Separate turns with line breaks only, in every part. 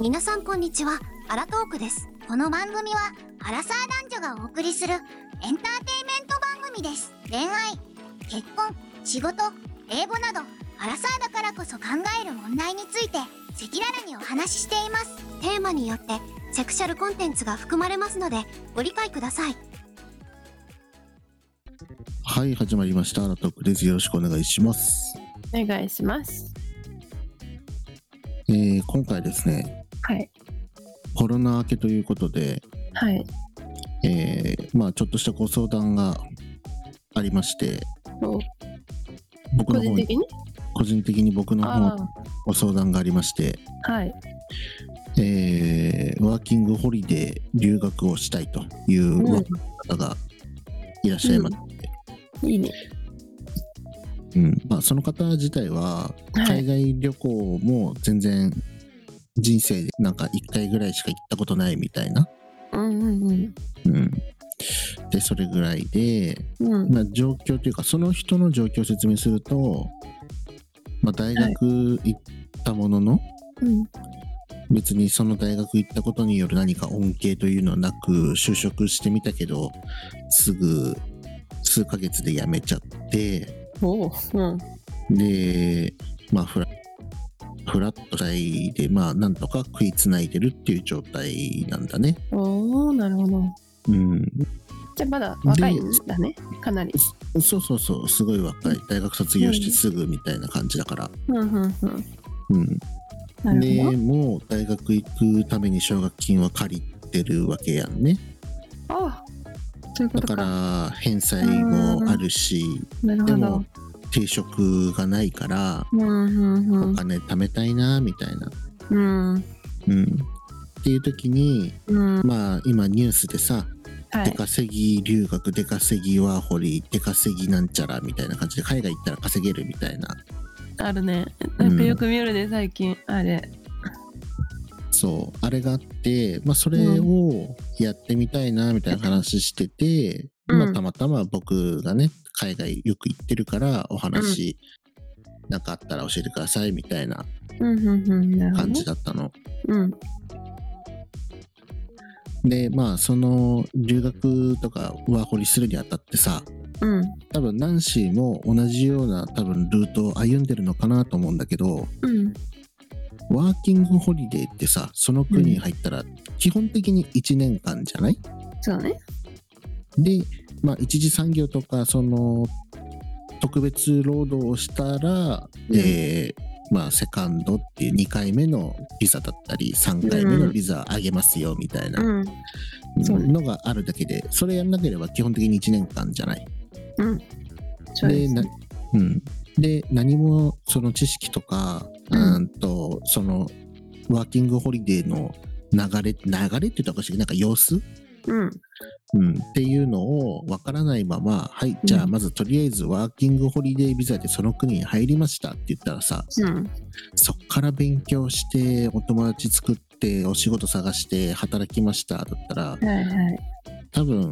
皆さんこんにちはアラトークですこの番組はアラサー男女がお送りするエンターテインメント番組です恋愛結婚仕事英語などアラサーだからこそ考える問題について赤裸々にお話ししていますテーマによってセクシャルコンテンツが含まれますのでご理解ください
はい、始まりました。アラトークです。よろしくお願いします。
お願いします。
えー今回ですね、
はい。
コロナ明けということで、
はい。
えーまあ、ちょっとしたご相談がありまして、
お
僕
個
の
人
方に、
的に
個人的に僕の方
あ
にご相談がありまして、
あ、はい。
えーワーキングホリデー留学をしたいという
うん
方がいらっしゃいます。
いいね。
うんまあ、その方自体は
は
海
い。
外旅行も全然人生でなんか1回ぐらいしか行ったことないみたいな、
うんうん
うん、でそれぐらいで、
うん。うん。
まあ、状況というかその人の状況を説明すると、まあ、大学行ったものの、
うん。
別にその大学行ったことによる何か恩恵というのはなく就職してみたけどすぐ数ヶ月で辞めちゃって。
おーうん。
で、まあ、フラフラット台で、まあ、なんとか食いつないでるっていう状態なんだね。
おおなるほど。
うん。
じゃあまだ若いんだね。かなり。
そうそうそう、すごい若い。大学卒業してすぐみたいな感じだから。
うんうんうん。
うん。
なる
で
ほ
もう大学行くために奨学金は借りてるわけやんね。
ど。ああ、そういうこ
だ
と
か
か。
ら、返済もあるし、
なる
で
ほど
も。、定職がないから、
うんうんう
お
ん。
金貯めたいな、みたいな。
うん
うん。っていう時に、
うん。
まあ、今ニュースでさ、
は
出
い。
稼ぎ留学出稼ぎワーホリ出稼ぎなんちゃらみたいな感じで海外行ったら稼げるみたいな
あるね。なんかよく見るね、最近。あれ。
そうあれがあって、まあ、それをやってみたいなみたいな話してて、
うん
まあ、たまたま僕がね海外よく行ってるからお話、なんかあったら教えてくださいみたいな
うんうんうん。なるほど
感
ね
じ。だったの。
うん。
でまあその留学とかワーホリするにあたってさ
うん。
多分ナンシーも同じような多分ルートを歩んでるのかなと思うんだけど、
うん。
ワーキングホリデーってさその国に入ったら基本的に1年間じゃない、
そうね。
で、まあ、一次産業とかその特別労働をしたら、
うん
えーまあ、セカンドっていう2回目のビザだったり3回目のビザあげますよみたいな
うん。そうね
のがあるだけでそれやんなければ基本的に1年間じゃない。
そうです
な
ね。
うん、で何もその知識とか、う
うん
ーんとそのワーキングホリデーの流れ流れって言ったらおかしいけどなんか様子、
うん。
うん、っていうのをわからないままはいじゃあ
うん
まずとりあえずワーキングホリデービザでその国に入りましたって言ったらさ
うん。
そっから勉強してお友達作ってお仕事探して働きましただったら
はいはい。
多分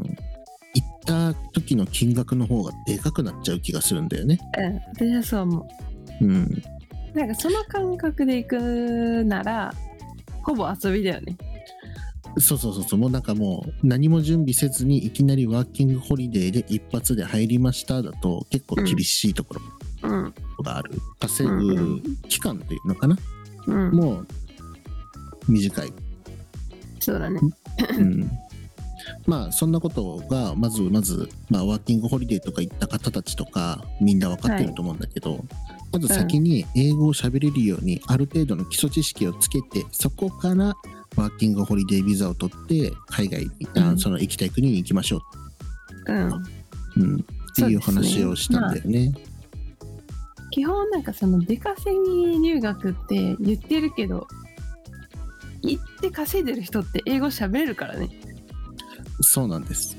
行った時の金額の方がでかくなっちゃう気がするんだよね。
うん、私はそう思
うん
う。なんかその感覚で行くなら、ほぼ遊びだよね。
そうそうそうそう、もうなんかもう何も準備せずにいきなりワーキングホリデーで一発で入りましただと結構厳しいとこ
うん。
ろがある。稼
う
ぐ
ん
期間というのかな、
うん。
もう短い。
そうだね。
うん、まあそんなことがまずまず、まあ、ワーキングホリデーとか行った方たちとかみんな分かってると思うんだけど、まず先に英語を喋れるようにある程度の基礎知識をつけてそこからワーキングホリデービザを取って海外に、あ
うん
その行きたい国に行きましょう
うん。
うん、っていう話をしたんだよね。
基本なんかその出稼ぎ入学って言ってるけど、行って稼いでる人って英語喋れるからね。
そうなんです。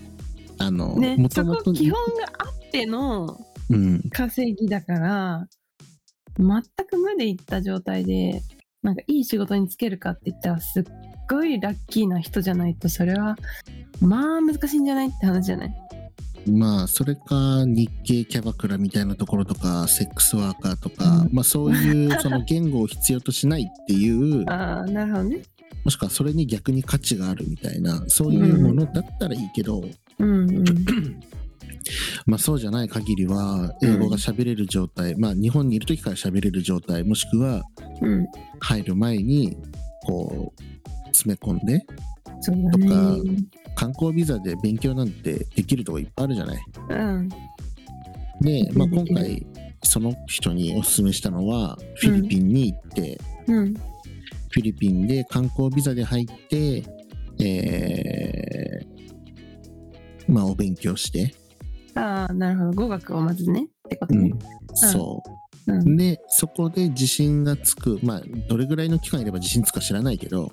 あの、
ね
も。と
そ
もと
こ、基本があっての
うん、
稼ぎだから、全く無で行った状態で、なんかいい仕事に就けるかって言ったらすっごいラッキーな人じゃないとそれはまあ難しいんじゃないって話じゃない
まあそれか日系キャバクラみたいなところとかセックスワーカーとか、
うん
まあそういうその言語を必要としないっていう
ああなるほどね
もしくはそれに逆に価値があるみたいなそういうものだったらいいけど、
うんうん
まあそうじゃない限りは英語が喋れる状態、まあ日本にいる時から喋れる状態もしくは
うん
入る前にこう詰め込んで
そうだね
観光ビザで勉強なんてできるとこいっぱいあるじゃない。
うん
で、まあ、今
できる
回その人にお勧めしたのはフィリピンに行って、
うん
フィリピンで観光ビザで入って、えーまあ、お勉強して、
ああなるほど語学をまずねってこと
うん
ね
そうう。
ん
で、そこで自信がつく、まあ、どれぐらいの期間いれば自信つくか知らないけど、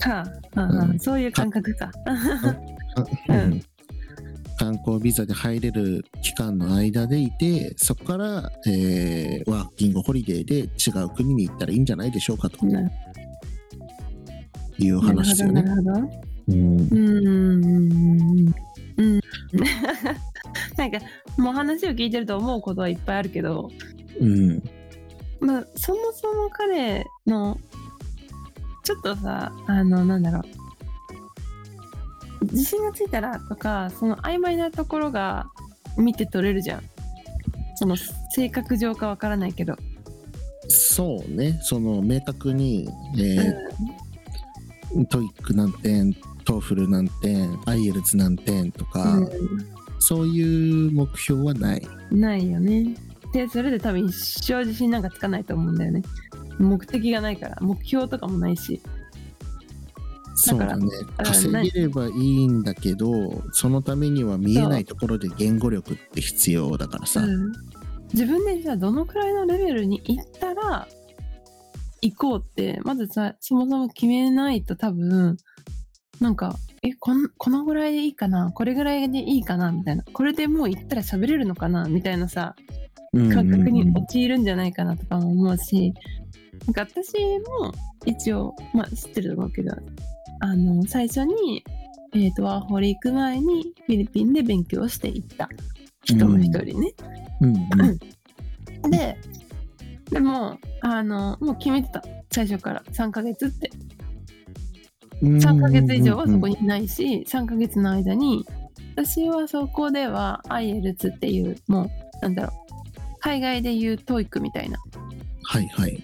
はあはあは
う
あ
ん
そういう感覚か
う
うん
ん観光ビザで入れる期間の間でいて、そこから、えーワーキングホリデーで違う国に行ったらいいんじゃないでしょうかと
な
いう
なるほ
話だ
ど
よ
な
ね。
るほど
うん
うんうんうんうんうんなんかもう話を聞いてると思うことはいっぱいあるけど
うん
まあそもそも彼のちょっとさあのなんだろう自信がついたらとかその曖昧なところが見て取れるじゃんその性格上かわからないけど、
そうね、その明確に、えートイック何点、トーフル何点、アイエルツ何点とか、そういう目標はない。
うんないよねでそれで多分一生自信なんかつかないと思うんだよね目的がないから目標とかもないし
そうだね。
ら
稼げればいいんだけど、そのためには見えないところで言語力って必要だからさ。
うん自分でじゃあどのくらいのレベルに行ったら行こうってまずさそもそも決めないと多分なんかえこんこのぐらいでいいかなこれぐらいでいいかなみたいなこれでもう行ったら喋れるのかなみたいなさ
うん
感覚
うん
に陥るんじゃないかなとかも思うし、なんか私も一応、まあ、知ってると思うけどあの最初に、えー、とワーホリ行く前にフィリピンで勉強していった人の一人ね。
うんうん
で、でも、あの、もう決めてた。最初から3ヶ月って。
うん
3ヶ月以上はそこにいないし、3ヶ月の間に、私はそこでは IELTS っていう、もう、なんだろう、海外でいう TOEIC みたいな。
はいはい。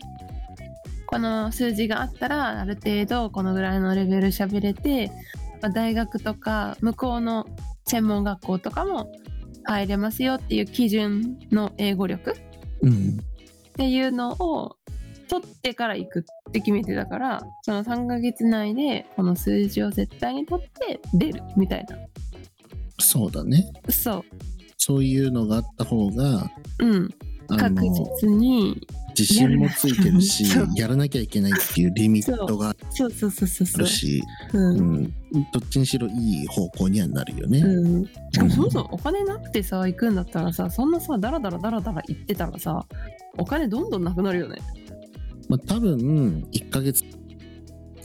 この数字があったら、ある程度このぐらいのレベル喋れて、まあ大学とか向こうの専門学校とかも入れますよっていう基準の英語力
うん。
っていうのを取ってから行くって決めてたからその3ヶ月内でこの数字を絶対に取って出るみたいな
そうだね。
そ
そういうのがあった方が、
ううん
あ
確
の、
実に
自信もついてるし
そう、
やらなきゃいけないっていうリミットがあ
そうそうそうそうそ
る
う
し、
うん、
う
うん
ん、どっちにしろいい方向にはなるよね。
しかもそもそもお金なくてさ行くんだったらさそんなさダラダラダラダラ行ってたらさお金どんどんなくなるよね
まあ、多分1ヶ月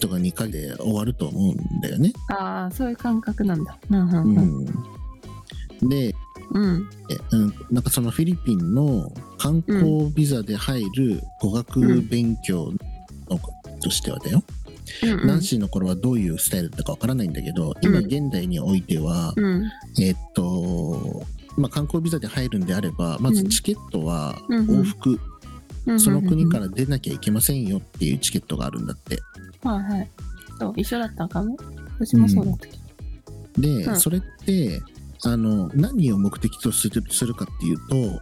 とか2ヶ月で終わると思うんだよね。
ああそういう感覚なんだうんう
うん
うん
んで
うん
えうんなんかそのフィリピンの観光ビザで入る語学勉強のとしてはだよ、
うん
ナンシーの頃はどういうスタイルだったかわからないんだけど今
うん
現代においては、
うん
えっと、まあ、観光ビザで入るんであればまずチケットは
うん
往復、
うん
その国からら出なきゃいけませんよっていうチケットがあるんだって。
はいはいそう一緒だったんかも私もそうだったけど
で、
うん
それってあの何を目的とするするかっていう と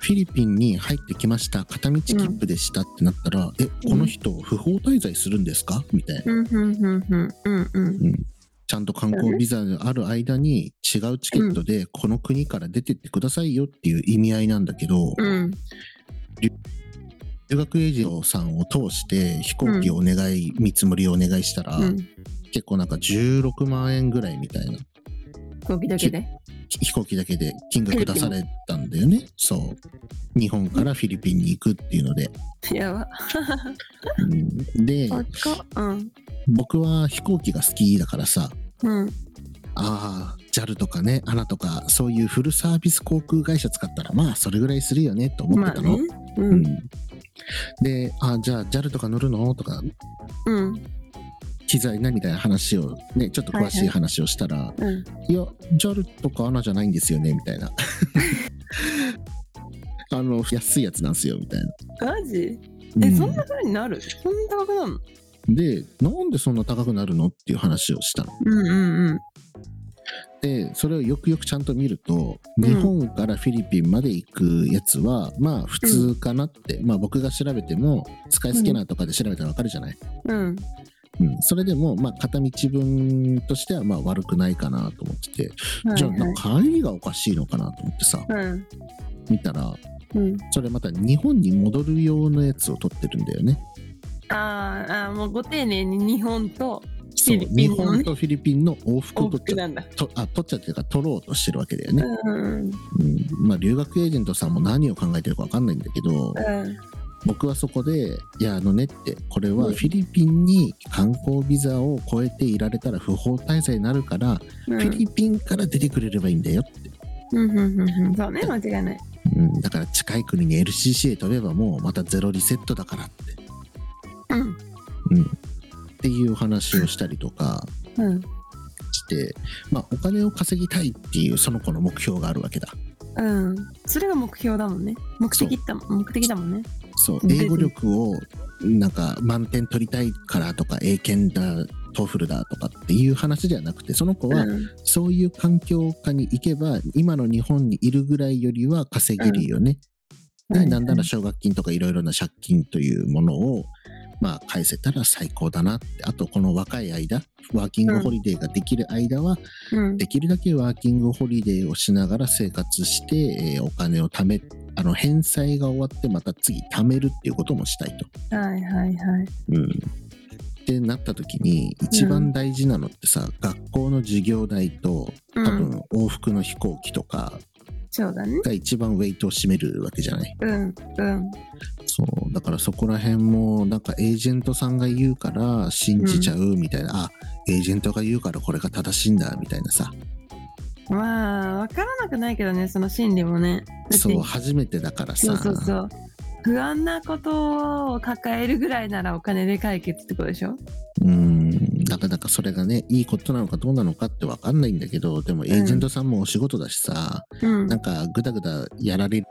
フィリピンに入ってきました片道切符でしたってなったら、えこの人不法滞在するんですかみたいな、
うんうんうんうんうん
ちゃんと観光ビザがある間に違うチケットでこの国から出てってくださいよっていう意味合いなんだけど、
うん
留学エージェントさんを通して飛行機をお願い、見積もりをお願いしたら、
うん
結構なんか16万円ぐらいみたいな
飛行機だけで
飛行機だけで金額出されたんだよね。そう。日本からフィリピンに行くっていうので。
やば
うんで、
高っうん
僕は飛行機が好きだからさ、
うん
ああ、 JAL とかね ANA とかそういうフルサービス航空会社使ったらまあそれぐらいするよねと思っ
ま
てた
あ
の、
ね。う。
うんん、であじゃあ JAL とか乗るのとか
うん。
機材何みたいな話をねちょっと詳しい話をしたら、
うん。
いや JAL とか ANA じゃないんですよねみた いなあの安いやつなんですよみたいな、
マジ
う
え、
ん
そんな風になるそんな高くなるの
でなんでそんな高くなるのっていう話をしたの
うんうんうん。
でそれをよくよくちゃんと見ると
ん
日本からフィリピンまで行くやつは、まあ普通かなって、まあ僕が調べてもスカイスキャナーとかで調べたらわかるじゃない、
うん。
うん、それでもまあ片道分としてはまあ悪くないかなと思ってて、
はい
じゃあ
は
ないんか帰りがおかしいのかなと思ってさ
うん。
見たら
うん。
それまた日本に戻る用のやつを取ってるんだよね
あーあー、もうご丁寧に日本と
そう
フィリピ
日
ンのね
本とフィリピンの往復を取
往
っち
復
ゃ
なんだ。
とあ取っちゃってるから取ろうとしてるわけだよね、
うんうん。
うんまあ留学エージェントさんも何を考えてるか分かんないんだけど、
うん
僕はそこで「いやあのね」ってこれはフィリピンに観光ビザを超えていられたら不法滞在になるから、
うん
フィリピンから出てくれればいいんだよって、
うんうんうんうん。そうね、間違いない。
うん、だから近い国に LCC へ飛べばもうまたゼロリセットだからって、
うん。
うん、っていう話をしたりとか
うん。
して、まあ、お金を稼ぎたいっていうその子の目標があるわけだ
うん。それが目標だもんね。目的だもん目的だもんね。
そう
うん
英語力をなんか満点取りたいからとか英検だトーフルだとかっていう話ではなくてその子は、
うん
そういう環境下に行けば、今の日本にいるぐらいよりは稼げるよね。
は
で、
い
なんなら奨学金とかいろいろな借金というものを、まあ、返せたら最高だなって。あと、この若い間、ワーキングホリデーができる間は、
うん
できるだけワーキングホリデーをしながら生活して、えーお金を貯め、あの、返済が終わって、また次貯めるっていうこともしたいと。
はいはいはい。
うん。ってなった時に、一番大事なのってさ、学校の授業代と、多
うん。
分往復の飛行機とか
そうだね。
が一番ウェイトを占めるわけじゃない
うんうん。
そうだからそこら辺もなんかエージェントさんが言うから信じちゃうみたいな、あエージェントが言うからこれが正しいんだみたいなさ
まあ、わからなくないけどね、その心理もね。だって
そう初めてだから
そ
さ
うそうそう。不安なことを抱えるぐらいならお金で解決ってことでしょ
うんなかなかそれがねいいことなのかどうなのかって分かんないんだけどでもエージェントさんもお仕事だしさ、
うん
なんかぐだぐだやられる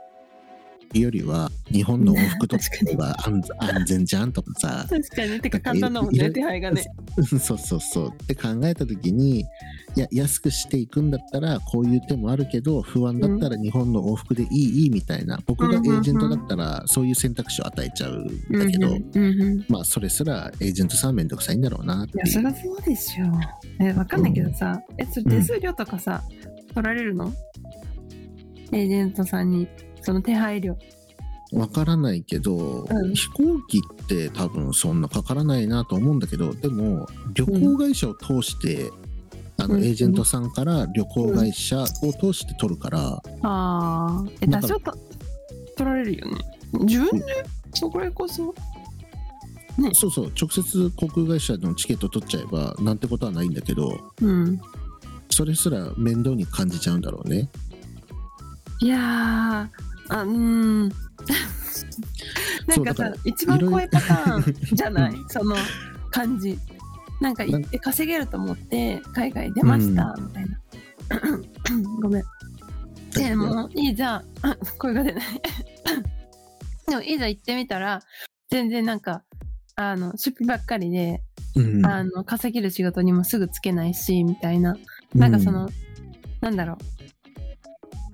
よりは日本の往復とかが安安全じゃんとかさ
確かに。てか簡単だもん
い
ね、
る
手配がね。
そうそうそうって考えた時にいや安くしていくんだったらこういう手もあるけど不安だったら日本の往復でいいいいみたいな僕がエ
うんうんうん
ージェントだったらそういう選択肢を与えちゃうん
うんう
だ
ん
けど、
うんうん。
まあそれすらエージェントさんめんどくさいんだろうなっ
い
て
や、そりゃそうでしょ。え、わかんないけどさ、え、それ手数料とかさ、取られるのエージェントさんに、その手配料。
わからないけど、
うん
飛行機って多分そんなかからないなと思うんだけどでも旅行会社を通して、あの
うん
エージェントさんから旅行会社を通して取るから、
ああ、え、
な
多
んか
少と取られるよね。自分で、そこらこそ。
そうそう直接航空会社のチケット取っちゃえばなんてことはないんだけど
うん。
それすら面倒に感じちゃうんだろうね
いやー、あ、うーん。 な
そ
ん
うだか
かさ
ら、
一番
いろいろ
怖いパターンじゃない
う
その感じ。なんか行って稼げると思って、海外出ました、みたいな。 ごめん。でも、いいじゃん。あ 声が出ない。でも、いいじゃん行ってみたら、全然なんか、あの、出費ばっかりで、
うん
あの、稼げる仕事にもすぐつけないし、みたいな。なんかその、なんだろう。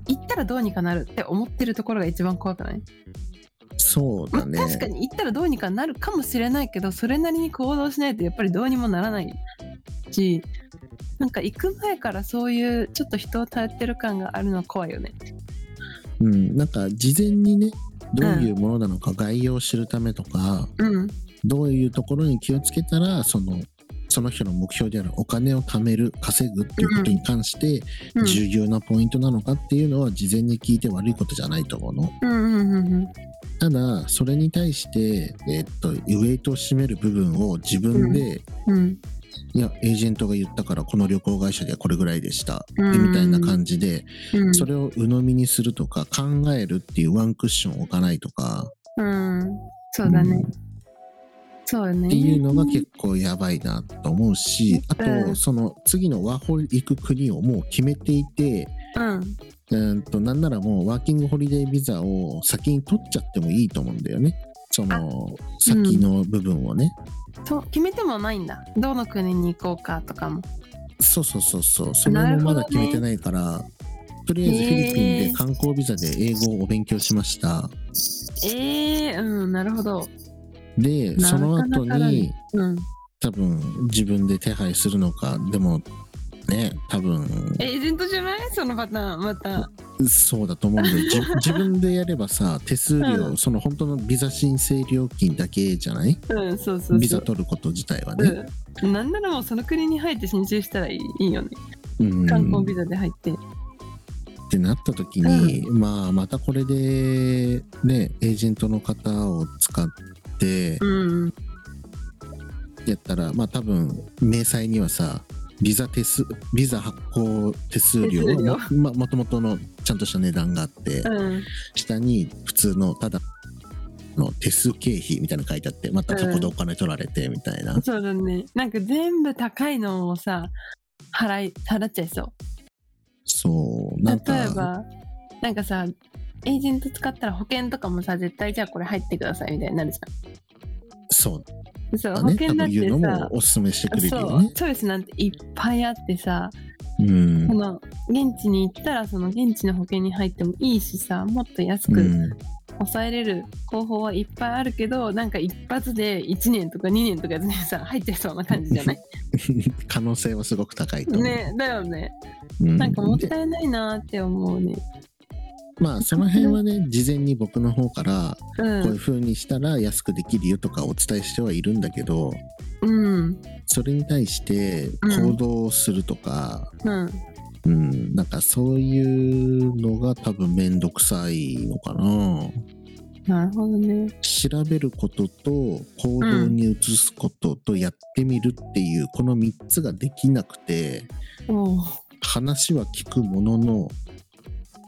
行ったらどうにかなるって思ってるところが一番怖くない、
そう
まあ
だね
確かに行ったらどうにかなるかもしれないけど、それなりに行動しないとやっぱりどうにもならないし、なんか行く前からそういうちょっと人を頼ってる感があるのは怖いよね。
うん、なんか事前にねどういうものなのか概要を知るためとか、
うん。
どういうところに気をつけたらそのその人の目標であるお金を貯める稼ぐっていうことに関して
うん
重要なポイントなのかっていうのは事前に聞いて悪いことじゃないと思うの。
うんうんうんうん。
ただそれに対して、えっとウエイトを占める部分を自分で
うん
いやエージェントが言ったからこの旅行会社ではこれぐらいでした、
うん
みたいな感じで
うん
それを鵜呑みにするとか考えるっていうワンクッション置かないとか
うんそうだね、
うん
そうよね
っていうのが結構やばいなと思うしあ
う
と
ん
その次のワーホリ行く国をもう決めていて
うん
うーんとなんならもうワーキングホリデービザを先に取っちゃってもいいと思うんだよねその先の部分をね、
そう決めてもないんだどの国に行こうかとかも
そうそうそうそうそれもまだ決めてないからとりあえずフィリピンで観光ビザで英語をお勉強しました
ええうんなるほど
で
な
そ
か
の
なか
後
だね
に
うん
多分自分で手配するのかでもね多分
エージェントじゃないそのパターンまた
そうだと思うんでじ自分でやればさ手数料、
うん
その本当のビザ申請料金だけじゃない
うんそうそうそう
ビザ取ること自体はね、
うん、なんならもうその国に入って申請したらいいいいよね
うん、
観光ビザで入って、
ってなった時に、まあまたこれでねエージェントの方を使って
うん、
やったら、まあ多分明細にはさビザ手数ビザ発行手数料
手数料
はも,、ま、もともとのちゃんとした値段があって、
うん、
下に普通のただの手数経費みたいなの書いてあってまたそこでお金取られてみたいな、
そうだねなんか全部高いのをさ払い払っちゃいそう
そう
例
な
え
んか
ばなんかさエージェント使ったら保険とかもさ絶対じゃあこれ入ってくださいみたいになるじ
そう
ゃんそう
だ
保
ね
険
多
だっ
分言う
て
の
さ
もおすすめしてくれる
そ
よ
う
ね
チョイスなんていっぱいあってさ、
うん
その現地に行ったらその現地の保険に入ってもいいしさもっと安
う
く
ん
抑えれる方法はいっぱいあるけど、なんか一発で1年とか2年とかでさ入っちゃいそうな感じじゃない
可能性はすごく高いと思う、
ねだよね
うん
なんかもっ
で
たいないなって思うね
まあその辺はね事前に僕の方から
う
こういうん風にしたら安くできるよとかお伝えしてはいるんだけど
うん
それに対して行動をするとか、
うん
うんなんかそういうのが多分面倒くさいのかな
なるほどね
調べることと行動に移すこととやってみるっていう、この3つができなくて
おう
話は聞くものの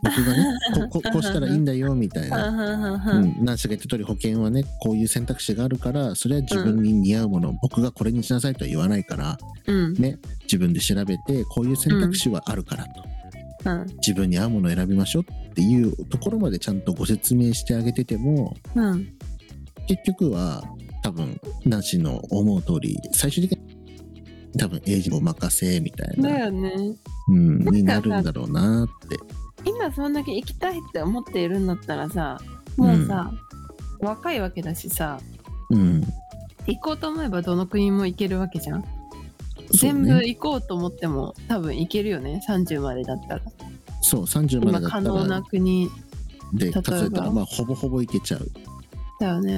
僕がね こここうしたらいいんだよみたいな。う
は
ん、ナンシーが言った通り保険はねこういう選択肢があるからそれは自分に似合うもの、僕がこれにしなさいとは言わないから
うん
ね自分で調べてこういう選択肢はあるからと、
うん
自分に合うものを選びましょうっていうところまでちゃんとご説明してあげてても
うん
結局は多分ナンシーの思う通り最終的に多分エイジも任せみたい
だ
な、
よね
うん、になるんだろうなって
今そんだけ行きたいって思っているんだったらさもうさ、若いわけだしさ
うん
行こうと思えばどの国も行けるわけじゃん、
そう
全部
ね
行こうと思っても多分行けるよね30までだったら
そう30まで
今
だった
可能な
ら
国
で
例えば
数えたらまあほぼほぼいけちゃう、
だよね、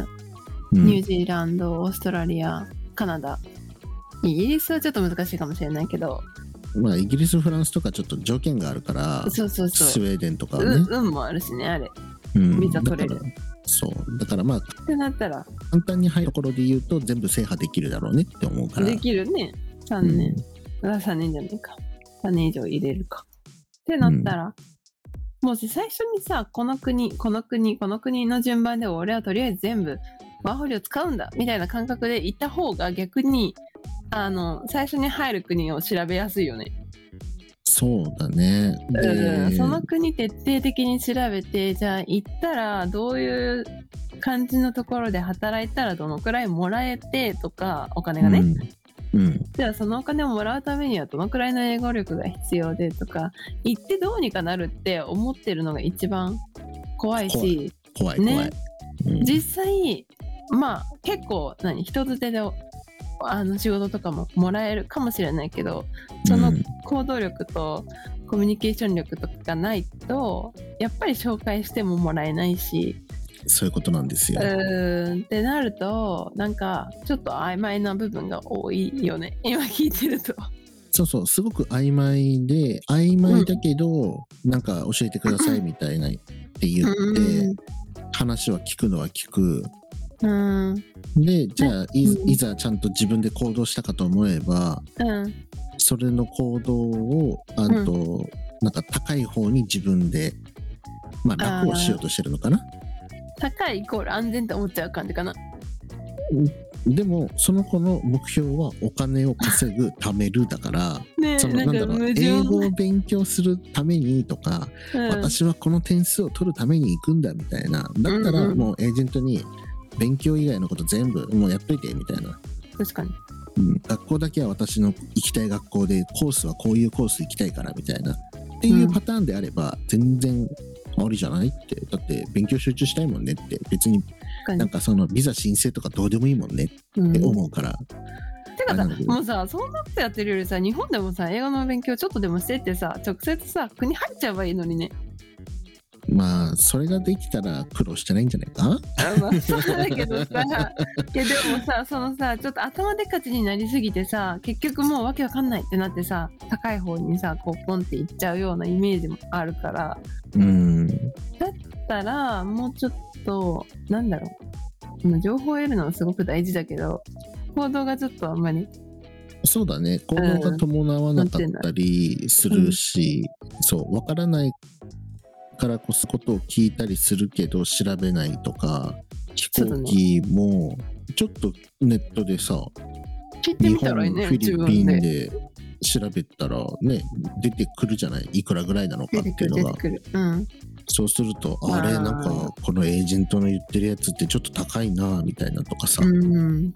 うん
ニュージーランドオーストラリアカナダイギリスはちょっと難しいかもしれないけど
まあイギリスフランスとかちょっと条件があるから
そうそう
ス
そう
ウェーデンとかは
う
ね
ん、運もあるしねあれっ
うん
ビザ取れる
だからそうだからまあ
てなったら
簡単に入るところで言うと全部制覇できるだろうねって思うから
できるね3年、あ3年じゃないか3年以上入れるかってなったら、もうさ最初にさこの国この国この国の順番で俺はとりあえず全部ワーホリを使うんだみたいな感覚で行った方が逆にあの最初に入る国を調べやすいよね、
そうだねで、
うんその国徹底的に調べてじゃあ行ったらどういう感じのところで働いたらどのくらいもらえてとかお金がね、
うん、うん
じゃあそのお金をもらうためにはどのくらいの英語力が必要でとか行ってどうにかなるって思ってるのが一番怖いし
怖怖い
ね
怖い、うん
実際まあ結構何人づてであの仕事とかももらえるかもしれないけどその
うん
行動力とコミュニケーション力とかがないとやっぱり紹介してももらえないし
そういうことなんです
う
よ、
ーんってなるとなんかちょっと曖昧な部分が多いよね今聞いてると。
そうそうすごく曖昧で曖昧だけど、なんか教えてくださいみたいなって言って、
うん
話は聞くのは聞く
うん。うん。
でじゃあい
うん
いざちゃんと自分で行動したかと思えばそれの行動をあと、なんか高い方に自分で、まあ、楽をしようとしてるのかな
高いイコール安全って思っちゃう感じかな。
でもその子の目標はお金を稼ぐ貯めるだから
ね
そ
え、
のな
なん
んだ
か
ろう
矛盾。
英語を勉強するためにとか、
うん、
私はこの点数を取るために行くんだみたいなだった
うん
ら
うん
もうエージェントに勉強以外のこと全部もうやっといてみたいな、
確かに。
うん、学校だけは私の行きたい学校でコースはこういうコース行きたいからみたいなっていうパターンであれば全然ありじゃないってだって勉強集中したいもんねって別に
確か
なん
に。
かそのビザ申請とかどうでもいいもんねっ
うん
て思うから、
てか
あ
さ
なるほど
もうさそんなことやってるよりさ日本でもさ英語の勉強ちょっとでもしてってさ直接さ国入っちゃえばいい のにね
まあそれができたら苦労してないんじゃないか
まあそうだけどさいやでもさそのさちょっと頭でっかちになりすぎてさ結局もうわけわかんないってなってさ高い方にさこうポンっていっちゃうようなイメージもあるから
うん
だったらもうちょっとなんだろうこの情報を得るのはすごく大事だけど行動がちょっとあんまり
そうだね行動が伴わなかったりするし、そう分からないからこそことを聞いたりするけど調べないとか飛
そうだ
行
ね
機もちょっとネットでさ
聞いて
日
みた
本フ
らいいね
ィ
自
リピ
分
ン
で
で調べたらね出てくるじゃないいくらぐらいなのか
出
って
て
いう
くる
の
出
が
てくるうん
そうすると
まあ
あれなんかこのエージェントの言ってるやつってちょっと高いなみたいなとかさ、
うん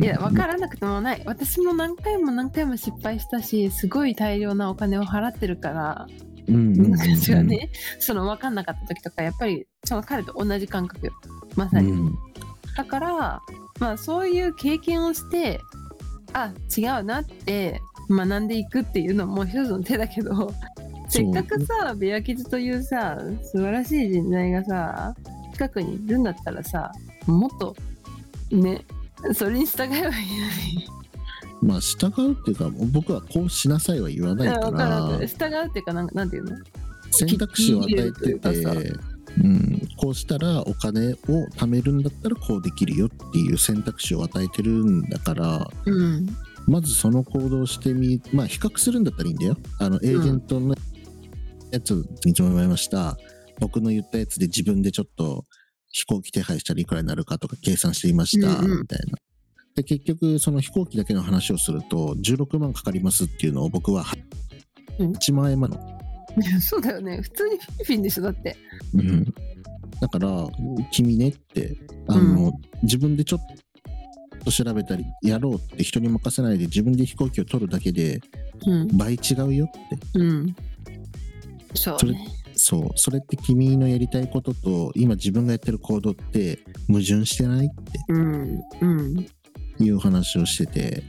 いや、
うん
分からなくてもない。私も何回も何回も失敗したし、すごい大量なお金を払ってるから、
うんうんうんうん
昔はね、その分かんなかった時とか、やっぱり、その彼と同じ感覚よ。まさに。
うん
だから、まあそういう経験をして、あ、違うなって学んでいくっていうのも一つの手だけど、せっかくさ、ベアキズというさ、素晴らしい人材がさ、近くにいるんだったらさ、もっと、ね、それに従えばいいのに。
まあ従うっていうか僕はこうしなさいは言わない
うん
か
わから
ら
ん従うっていうかなんかなんていうの
選択肢を与えて
聞いてるとい
て、うん、こうしたらお金を貯めるんだったらこうできるよっていう選択肢を与えてるんだから
うん
まずその行動をしてみまあ比較するんだったらいいんだよあのエージェントのやつ見てもらいました、僕の言ったやつで自分でちょっと飛行機手配したらいくらになるかとか計算してみました、
うんうん
みたいなで結局その飛行機だけの話をすると16万かかりますっていうのを僕は
うん
1万円まで
いや そうだよね普通にフィリピンでしょだって
うん、だから君ねってあの、
う
自分でちょっと調べたりやろうって人に任せないで自分で飛行機を取るだけで
うん
倍違うよって
うんそうね
そうそれって君のやりたいことと今自分がやってる行動って矛盾してないっ
うんうん
ていう話をしてて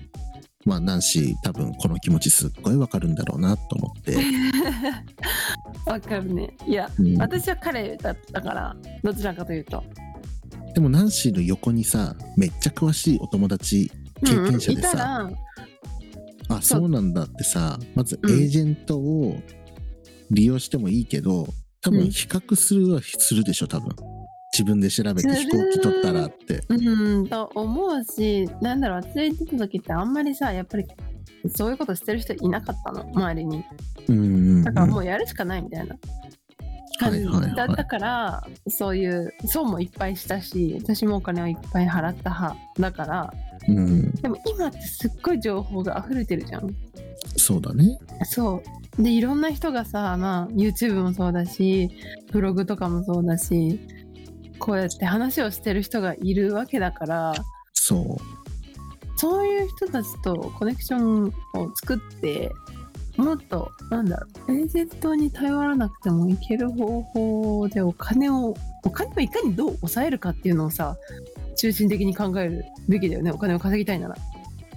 まあナンシー多分この気持ちすっごいわかるんだろうなと思 って、
わかるねいや
うん
私は彼だったからどちらかというと
でもナンシーの横にさめっちゃ詳しいお友達経験者
うん
で
いた
さ、
ら
あ
そう
そうなんだってさまずエ
うん
ージェントを利用してもいいけど、多
うん
分比較するはするでしょ多分自分で調べて
する
飛行機取ったらって
うんと思うしなんだろう私が行ってた時ってあんまりさやっぱりそういうことしてる人いなかったの周りに
うんうんうん
だからもうやるしかないみたいな感じ
はいはい
だ
はい
ったからそういう損もいっぱいしたし私もお金をいっぱい払った派だから
うん
でも今ってすっごい情報が溢れてるじゃん
そうだね
そうでいろんな人がさ、まあ、YouTube もそうだしブログとかもそうだしこうやって話をしてる人がいるわけだから
そ
そういう人たちとコネクションを作ってもっとなんだろうエージェントに頼らなくてもいける方法でお金をお金をいかにどう抑えるかっていうのをさ中心的に考えるべきだよねお金を稼ぎたいなら
う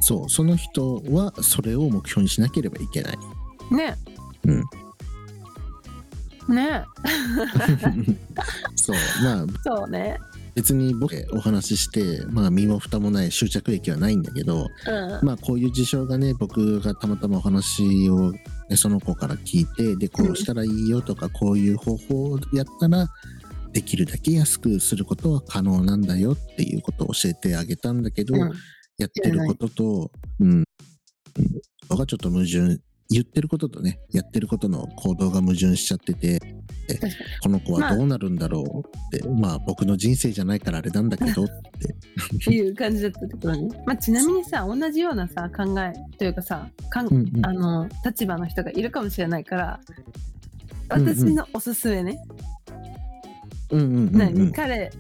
そうその人はそれを目標にしなければいけない
ねね
そうまあ
そうね
別に僕お話ししてまあ身も蓋もない執着益はないんだけど
うん
まあこういう事象がね僕がたまたまお話を、ね、その子から聞いてでこうしたらいいよとかこういう方法をやったらできるだけ安くすることは可能なんだよっていうことを教えてあげたんだけど、
うん
やってることと、うん、のがちょっと矛盾、言ってることとね、やってることの行動が矛盾しちゃってて、
確かに
この子はどうなるんだろうって、まあ、僕の人生じゃないからあれなんだけどって、
っていう感じだったところね、まあ、ちなみにさ同じようなさ考えというかさかん
うんうん
あの立場の人がいるかもしれないから
うんうん
私のおすすめね、
うんうんうん、
何
うん、
彼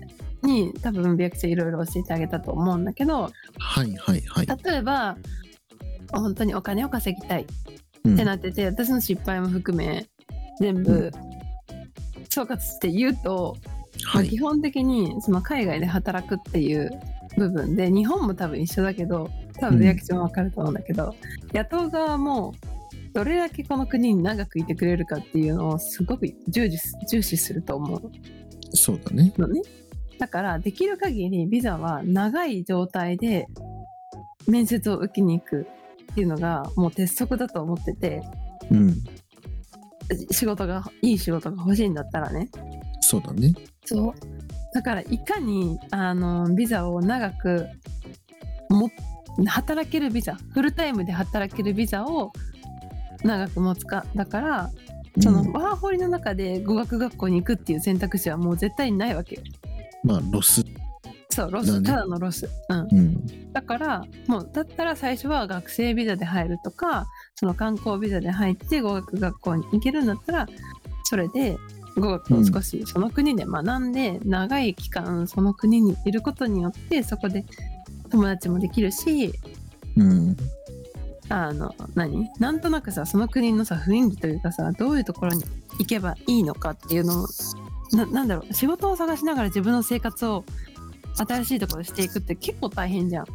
に多分白ちゃんいろいろ教えてあげたと思うんだけど
はいはいはい。
例えば本当にお金を稼ぎたい
うん
ってなってて、私の失敗も含め全
うん
部総括して言うと、ま
は
あ
い
基本的にその海外で働くっていう部分で日本も多分一緒だけど多分リアクションわかると思うんだけど、野党側もどれだけこの国に長くいてくれるかっていうのをすごく重視す重視すると思
そうだね。
うのねだからできる限りビザは長い状態で面接を受けに行くっていうのがもう鉄則だと思ってて
うん。
仕事がいい仕事が欲しいんだったらね
そうだね。
そうだからいかにあのビザを長くも働けるビザフルタイムで働けるビザを長く持つかだからその、
うん
ワーホリの中で語学学校に行くっていう選択肢はもう絶対にないわけよ
まあ、ロス。
そうロ
だ
ス
ね
ただのロス、うん、
うん。
だからもうだったら最初は学生ビザで入るとかその観光ビザで入って語学学校に行けるんだったらそれで語学を少しその国で学んで、長い期間その国にいることによってそこで友達もできるし
うん。
あの何なんとなくさその国のさ雰囲気というかさどういうところに行けばいいのかっていうのをななんだろう仕事を探しながら自分の生活を新しいところでしていくって結構大変じゃん。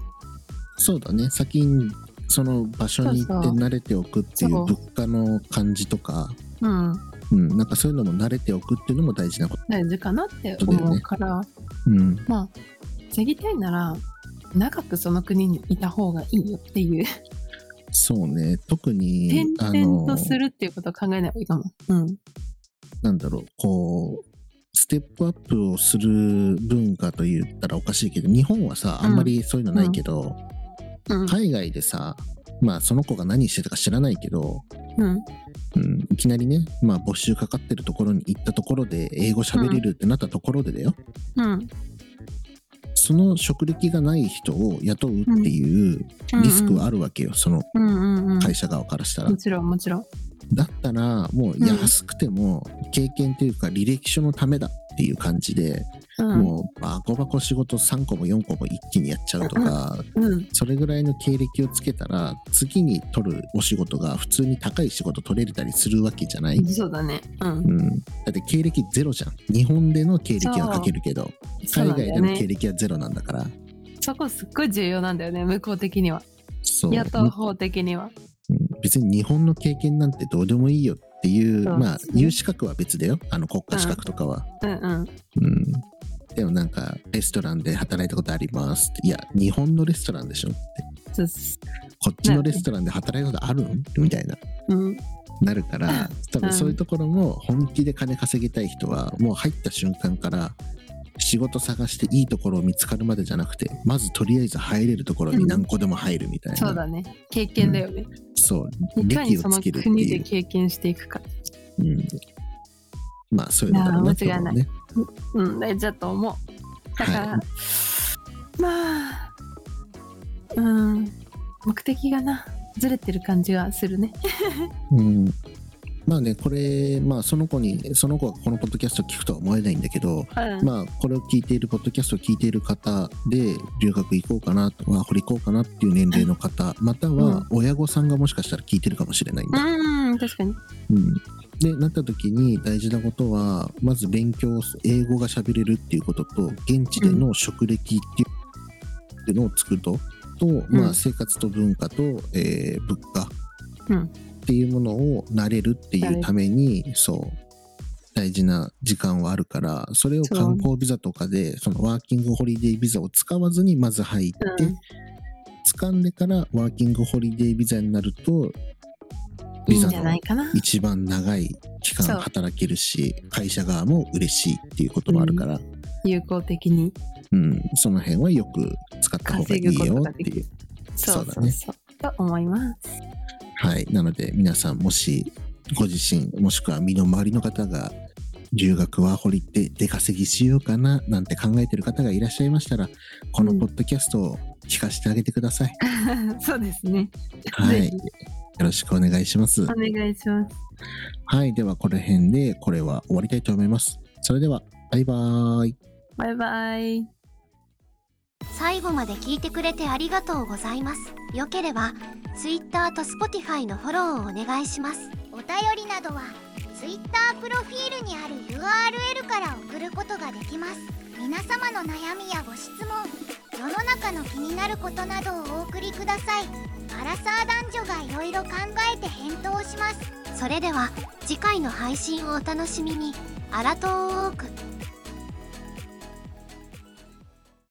そうだね。先に、その場所に行って
そうそう
慣れておくっていう
そう
物価の感じとか、
うん
うん。なんかそういうのも慣れておくっていうのも大事なこと。
大事かなって思うから、
うん。
まあ防ぎたいなら長くその国にいた方がいいよっていう
そうね。特に
転、
あ
々
の
と、するっていうことを考えない方がいいかも。うん、
なんだろう、こう、ステップアップをする文化と言ったらおかしいけど、日本はさ、あんまりそういうのないけど、
うん
海外でさ、まあその子が何してたか知らないけど、
うん
うん、いきなりね、まあ、募集かかってるところに行ったところで英語喋れるってなったところでだよ、
うん
その職歴がない人を雇うっていうリスクはあるわけよ、その
うんうんうん
会社側からしたら。
もちろんもちろん。
だったらもう安くても経験というか履歴書のためだっていう感じで、
うん
もうバコバコ仕事3個も4個も一気にやっちゃうとか、
うん
それぐらいの経歴をつけたら次に取るお仕事が普通に高い仕事取れたりするわけじゃない、
そうだね。うん
うん、だって経歴ゼロじゃん日本での経歴は書けるけど
そ
海外
うなんだ
で
よ
の
ね
経歴はゼロなんだから
そこすっごい重要なんだよね向こう的には
そう
野党法的には。
うん別に日本の経験なんてどうでもいいよっていう
そう
まあ
そう
有資格は別だよあの国家資格とかは、
うんうん
うん、でもなんかレストランで働いたことありますっていや日本のレストランでしょって
そう
こっちのレストランで働いたことあるんみたいな
うん
なるから多分そういうところも本気で金稼ぎたい人はもう入った瞬間から仕事探していいところを見つかるまでじゃなくてまずとりあえず入れるところに何個でも入るみたいな、
そうだね経験だよね。
そう
いかに
歴
そ
を
の
つけるって
国で
いう、
経験していくか。
うん、まあそういうのだろうなと
いやー
思う
間違い
ね
うん、大事だと思う。だから、
は
まあ、うん、目的がな、ずれてる感じがするね。
うんまあねこれまあその子にその子がこのポッドキャストを聞くとは思えないんだけど、
うん、
まあ、これを聞いている、ポッドキャストを聞いている方で、留学行こうかなとか、ワーホリ行こうかなっていう年齢の方、または親御さんがもしかしたら聞いてるかもしれないんだ。
うん、確かに。
うん、で、なった時に大事なことは、まず勉強、英語が喋れるっていうことと、現地での職歴っていう,、のを作ると、と、ま
う
あ、
ん
生活と文化と、えー物価
うん
っていうものを慣れるっていうために、そう大事な時間はあるからそれを
そう
観光ビザとかでそのワーキングホリデービザを使わずにまず入って、
うん
掴んでからワーキングホリデービザになると
い
ビ
い
ザ
んじゃな
の
いかな。
一番長い期
そ
間
う
働けるし会社側も嬉しいっていうこともあるから、
有効的に
うんその辺はよく使った方がい
稼
い
ぐこと
よ
が
っ
で
て
き
いう
る。そう
そう
そ
だ
う
ね
そう。と思います。
はいなので皆さんもしご自身もしくは身の回りの方が留学は掘りって出稼ぎしようかななんて考えてる方がいらっしゃいましたらこの
うん
ポッドキャストを聞かせてあげてください、
そうですね。
はい
ぜひ
よろしくお願いします
お願いします。
はいではこの辺でこれは終わりたいと思いますそれではバイバーイ
バイバイ。
最後まで聞いてくれてありがとうございます。よければ、Twitter と Spotify のフォローをお願いします。お便りなどは、Twitter プロフィールにある URL から送ることができます。皆様の悩みやご質問、世の中の気になることなどをお送りください。アラサー男女がいろいろ考えて返答します。それでは、次回の配信をお楽しみに、アラトーーク。